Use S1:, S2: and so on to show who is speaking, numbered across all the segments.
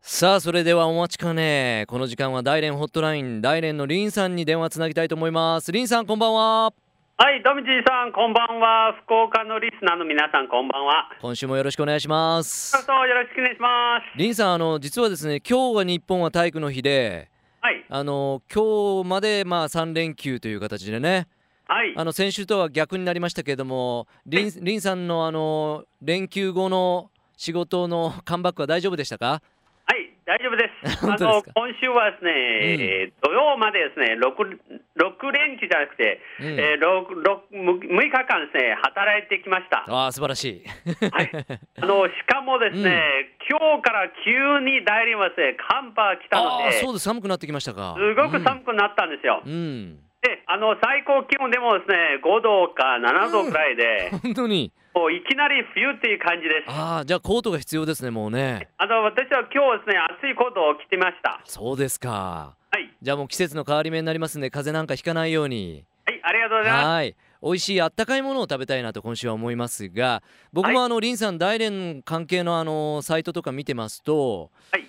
S1: さあそれではお待ちかねこの時間は大連ホットライン大連のリンさんに電話つなぎたいと思いますリンさんこんばんは
S2: はい、ドミジーさん、こんばんは。福岡のリスナーの皆さん、こんばんは。
S1: 今週もよろしくお願いします
S2: ど うぞよろしくお願いします。
S1: リンさんあの実はですね今日が日本は体育の日で
S2: はい、
S1: あの今日までまあ3連休という形でね
S2: はい
S1: あ、の先週とは逆になりましたけれどもリンリンさんのあの連休後の仕事の カムバックは大丈夫でしたか
S2: はい、大丈夫です。
S1: 本
S2: あ
S1: 当で
S2: の
S1: すか
S2: 今週はですね、えー土曜までですね、六六連休じゃなくて、
S1: うん
S2: えー六六六六日間ですね、働いてきました。
S1: ああ素晴らしい
S2: はい、 あのしかもですね、今日から急に大連はですね、寒波が来たの
S1: ああ
S2: で、
S1: そうです寒くなってきましたか
S2: すごく寒くなったんですよ。
S1: うん、うん
S2: で、あの最高気温でもですね、5度か7度くらいで。
S1: 本当に
S2: もういきなり冬っていう感じです。
S1: ああじゃあコートが必要ですねもうね
S2: あの私は今日ですね、暑いコートを着てました。
S1: そうですか
S2: はい、
S1: じゃあもう季節の変わり目になりますんで風邪なんかひかないように
S2: はい、ありがとうございます。
S1: はい美味しいあったかいものを食べたいなと今週は思いますが僕
S2: は
S1: もあの、リンさん大連関係のあのサイトとか見てますと、
S2: はい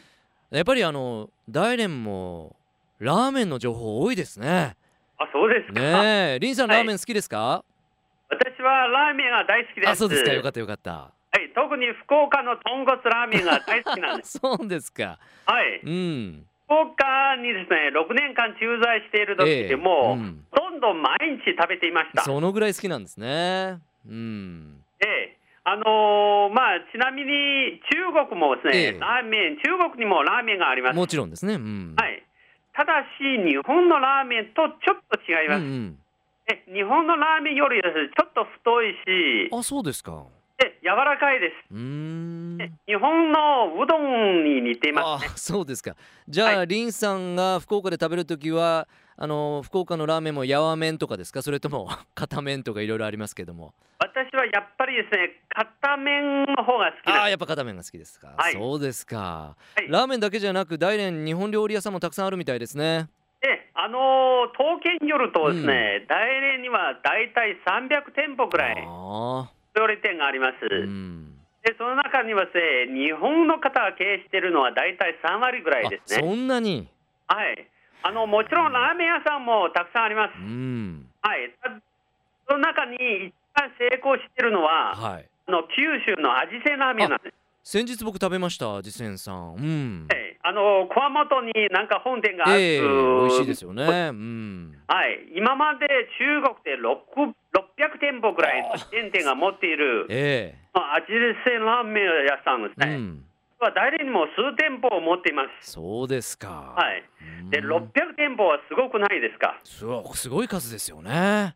S1: やっぱりあの大連もラーメンの情報多いですね
S2: あ、そうですか。
S1: ねえリンさん
S2: は
S1: ラ
S2: い
S1: ーメン好きですか、
S2: 私はラーメンが大好きです。
S1: あそうですかよか
S2: は
S1: ったよかった
S2: い、特に福岡の豚骨ラーメンが大好 きなんです。
S1: そうですか
S2: はい、
S1: うん
S2: 福岡にですね、6年間駐在している時でも、
S1: うん
S2: ほとんど毎日食べていました。
S1: そのぐらい好きなんですねうん
S2: ええあのーまあちなみに中国もですね
S1: え、え
S2: ラーメン中国にもラーメンがあります。
S1: もちろんですねうん、
S2: はいい。ただし日本のラーメンとちょっと違い
S1: うん
S2: ます。え日本のラーメンよりですねちょっと太いし
S1: うん、あそうですか
S2: え柔らかいで
S1: うーん
S2: す。日本のうどんに似ていま
S1: ああそうですかじゃあ、
S2: は
S1: リンさんが福岡で食べるときはあの福岡のラーメンもやわ麺とかですかそれとも 片麺とかいろいろありますけども
S2: す。私はやっぱりですね片面の方が好き
S1: あ
S2: な
S1: あ
S2: んです。
S1: やっぱ片麺が好きですか、
S2: はい
S1: そうですか、
S2: はい
S1: ラーメンだけじゃなく大連日本料理屋さんもたくさんあるみたいですね
S2: えあのー統計によるとですね、大連には大体300店舗くらい
S1: あ
S2: 料理店があります。
S1: あうん
S2: でその中にはですね日本の方が経営しているのは大体3割ぐらい
S1: あ
S2: ですね。
S1: そんなに
S2: はい。あのもちろんラーメン屋さんもたくさんあります
S1: う。ん
S2: はい。たその中に一番成功しているのは、
S1: はい
S2: あの九州の味仙ラーメンなんです。
S1: 先日僕食べました実践さんうん
S2: はいあの熊本になんか本店がある。
S1: ええ美味しいですよねうん
S2: はい。今まで中国で6 600店舗ぐらいの支店が持っている
S1: え
S2: まあ味仙ラーメン屋さんです
S1: えう
S2: ね。
S1: ん
S2: は大連にも数店舗を持っています。
S1: そうですか
S2: はい。で
S1: うん
S2: 600店舗はすごくないですか。
S1: すごすごい数ですよね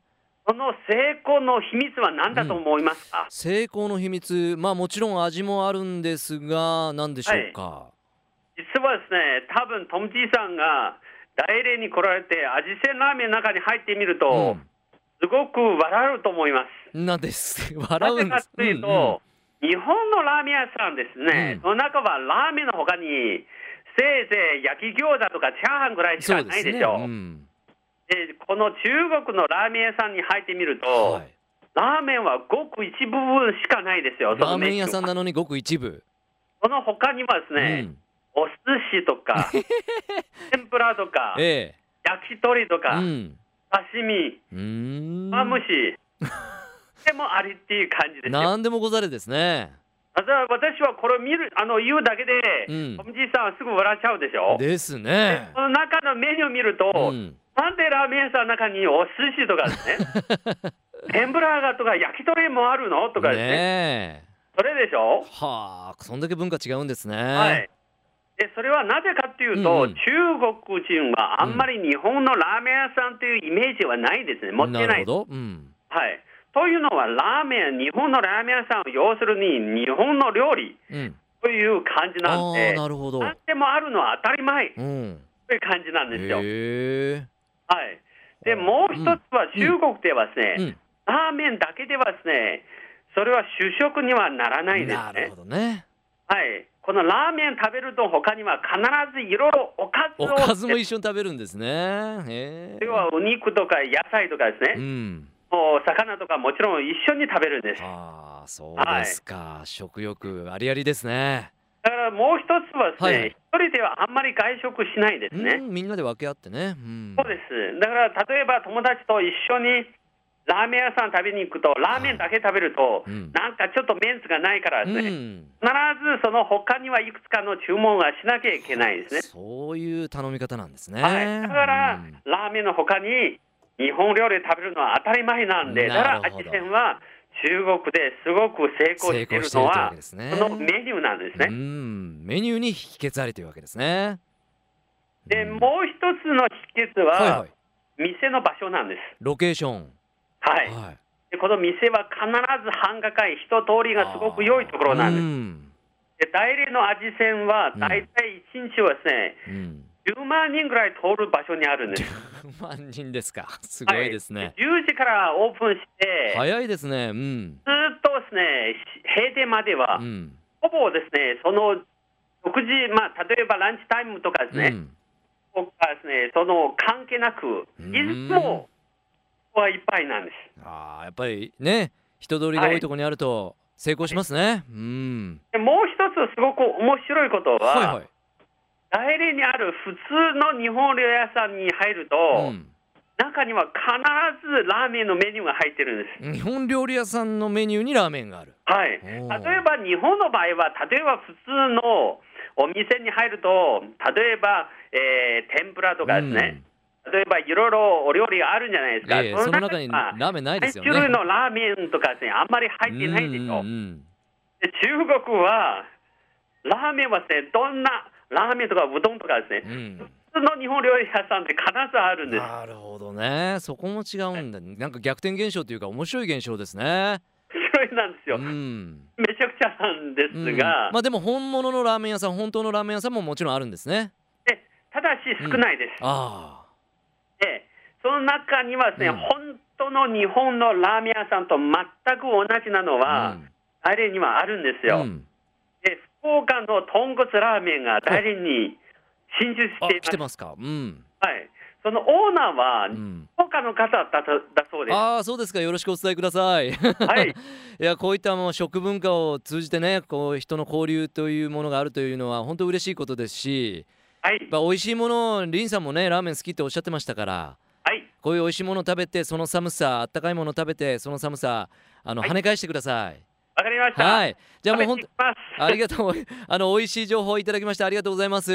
S2: その成功の秘密は何だと思いますか。
S1: 成功の秘密まあもちろん味もあるんですが何でしょうか、
S2: 実はですね、多分トムジーさんが大連に来られて、味仙ラーメンの中に入ってみると、すごく笑うと思いま
S1: う
S2: す。
S1: ん、なんです
S2: な
S1: 笑う
S2: ぜ
S1: んで
S2: か
S1: す
S2: というと、日本のラーメン屋さんですね、
S1: うん
S2: その中はラーメンの他に、せいぜい焼き餃子とかチャーハンぐらいし
S1: そ
S2: か
S1: うで
S2: ない
S1: す
S2: で
S1: ね
S2: しょう。
S1: うん
S2: でこの中国のラーメン屋さんに入ってみると、
S1: はい、
S2: ラーメンはごく一部分しかないですよ、そ
S1: ラー
S2: の
S1: メ
S2: メ
S1: ン
S2: ニュ
S1: 屋
S2: ー
S1: さん
S2: は
S1: なのにごく一部、
S2: その他にはですね、お寿司と か、天ぷらとか
S1: うん、、え
S2: 焼き鳥と
S1: え
S2: か、
S1: うん
S2: 刺身、
S1: うーん
S2: ま むし、でもありっていう感じですよ。
S1: 何でもござれですね
S2: だから私はこれを見るあの言うだけで、
S1: うん
S2: おじいさんはすぐ笑っちゃうでしょ。で
S1: ですね
S2: その中のメニューを見ると、
S1: うん
S2: なんでラーメン屋さんの中にお寿司とかですね、 天ぷらとか焼き鳥もあるのとかですね
S1: ねえ
S2: それでしょ。
S1: はあそんだけ文化違うんですね
S2: はいでそれはなぜかっていう
S1: うん
S2: と、
S1: うん
S2: 中国人はあんまり日本のラーメン屋さんというイメージはないですね、持って
S1: な
S2: ない
S1: るほど、うん、
S2: はい。というのは、ラーメン、日本のラーメン屋さんを要するに、日本の料理
S1: うん、
S2: という感じなん
S1: ああ
S2: で、
S1: なるほど、
S2: 何でもあるのは当たり前
S1: うん、
S2: という感じなんですよ。
S1: へえ
S2: はい。で、もう一つは中国ではですね、
S1: うん
S2: ラーメンだけではですね、それは主食にはならないです
S1: なる
S2: ね
S1: ほ。どね
S2: はい。このラーメン食べると、他には必ずいろいろおかず
S1: お
S2: を、
S1: かずも一緒に食べるんですねへえ
S2: 要はお肉とか野菜とかです
S1: う
S2: ね、
S1: ん
S2: もう魚とかもちろん一緒に食べるんです。
S1: ああそうですか、食欲ありありですね
S2: だからもう一つはです
S1: はいはい
S2: ね、一、人ではあんまり外食しないですね。
S1: うんみんなで分け合ってね、うん、
S2: そうです。だから例えば友達と一緒にラーメン屋さん食べに行くと、ラーメンだけ食べると、
S1: うん
S2: なんかちょっとメンツがないからです
S1: う
S2: ね、
S1: ん、
S2: 必ずその他にはいくつかの注文はしなきゃいけないですね。
S1: そういう頼み方なんですね、
S2: はい、だから、
S1: うん
S2: ラーメンの他に日本料理食べるのは当たり前なんで、だか
S1: な
S2: ら
S1: るほど
S2: 味仙は中国ですごく成
S1: 成
S2: 功してい
S1: 功
S2: る
S1: していると
S2: の
S1: いうわ
S2: は
S1: け、ですね
S2: そのメニューなんです
S1: う
S2: ね。
S1: んメニューに秘訣ありというわけですね
S2: で、
S1: うん
S2: もう一つの秘
S1: は
S2: 訣
S1: い
S2: は
S1: はい、
S2: 店の場所なんです。
S1: ロケーション
S2: はい、でこの店は必ず繁華街、人通りがすごく良いところなんです。
S1: ん
S2: で大連の味仙は、
S1: うん
S2: だいたい1日はですね、
S1: うん、
S2: 10万人ぐらい通る場所にあるんです。
S1: 10万人ですか すごいですね、
S2: 10時からオープンして、
S1: 早いですねうん、
S2: ずっとですね、閉店までは
S1: う、ん
S2: ほぼですね、その6時、まあ、例えばランチタイムとかです
S1: う
S2: ね、
S1: ん
S2: とかですね、その関係なく、
S1: うん
S2: いつも人はいっぱいなんです。
S1: あーやっぱりね人通りが多いところにあると成功しますね、うん
S2: でもう一つ、すごく面白いことは、
S1: はいはい
S2: 大連にある普通の日本料理屋さんに入ると、
S1: う
S2: 中には必ずラーメンのメニューが入ってるんです。
S1: ん、日本料理屋さんのメニューにラーメンがある
S2: はい、例
S1: お
S2: え
S1: ー
S2: ば日本の場合は、例えば普通のお店に入ると、例えば、えー天ぷらとかですね、例えばいろいろお料理があるんじゃないです
S1: うん、
S2: か、
S1: ええその中にラ
S2: は
S1: ーメンないですよね
S2: 種類のラーメンとかですね、あんまり入ってないでしょ。
S1: うんうん
S2: で中国は、ラーメンはですね、どんなラーメンとかうどんとかですね、
S1: うんうん
S2: 普通の日本料理屋さんって必ずあるんです。
S1: なるほどねそこも違うんだ、なんか逆転現象というか面白い現象ですね
S2: それなんですよ。
S1: うん
S2: めちゃくちゃなんで
S1: うん
S2: すが、
S1: まあでも本物のラーメン屋さん本当のラーメン屋さんももちろんあるんですね
S2: でただし少ないです。
S1: ああ
S2: でその中にはですね、
S1: うん
S2: 本当の日本のラーメン屋さんと全く同じなのは、大連にはあるんですよ。
S1: うん
S2: で福岡の豚骨ラーメンが大連に進出
S1: あ
S2: していま
S1: 来
S2: す。
S1: てますかうん、
S2: はい、そのオーナーは、
S1: うん、
S2: 福岡の方だっただそうです。
S1: ああそうですかよろしくお伝えください い
S2: はい、
S1: やこういったもう食文化を通じてねこう人の交流というものがあるというのは本当嬉しいことですし
S2: はい、
S1: まあ美味しいものリンさんもねラーメン好きっておっしゃってましたから
S2: はい、
S1: こういう美味しいものを食べてその寒さあったかいものを食べてその寒さあの
S2: はい
S1: 跳ね返してください
S2: わかりました。
S1: はい、
S2: い、
S1: じゃあもう本
S2: き
S1: 当
S2: ます。
S1: ありがとう あの美味しい情報をいただきましてありがとうございます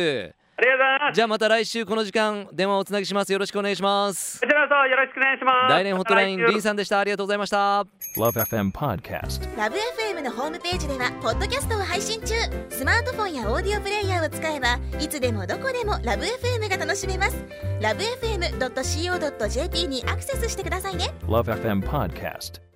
S2: ありがとうございます。
S1: じゃあまた来週この時間電話をおつなぎしますよろしくお願いします
S2: こちらこそよろしくお願いします。
S1: 大連ホットライン
S2: また来週
S1: リンさんでしたありがとうございました
S3: Love FM Podcast.
S4: ラブ f m のホームページではポッドキャストを配信中スマートフォンやオーディオプレイヤーを使えばいつでもどこでもラブ f m が楽しめますラブ FM.co.jp にアクセスしてくださいね
S3: Love FM Podcast.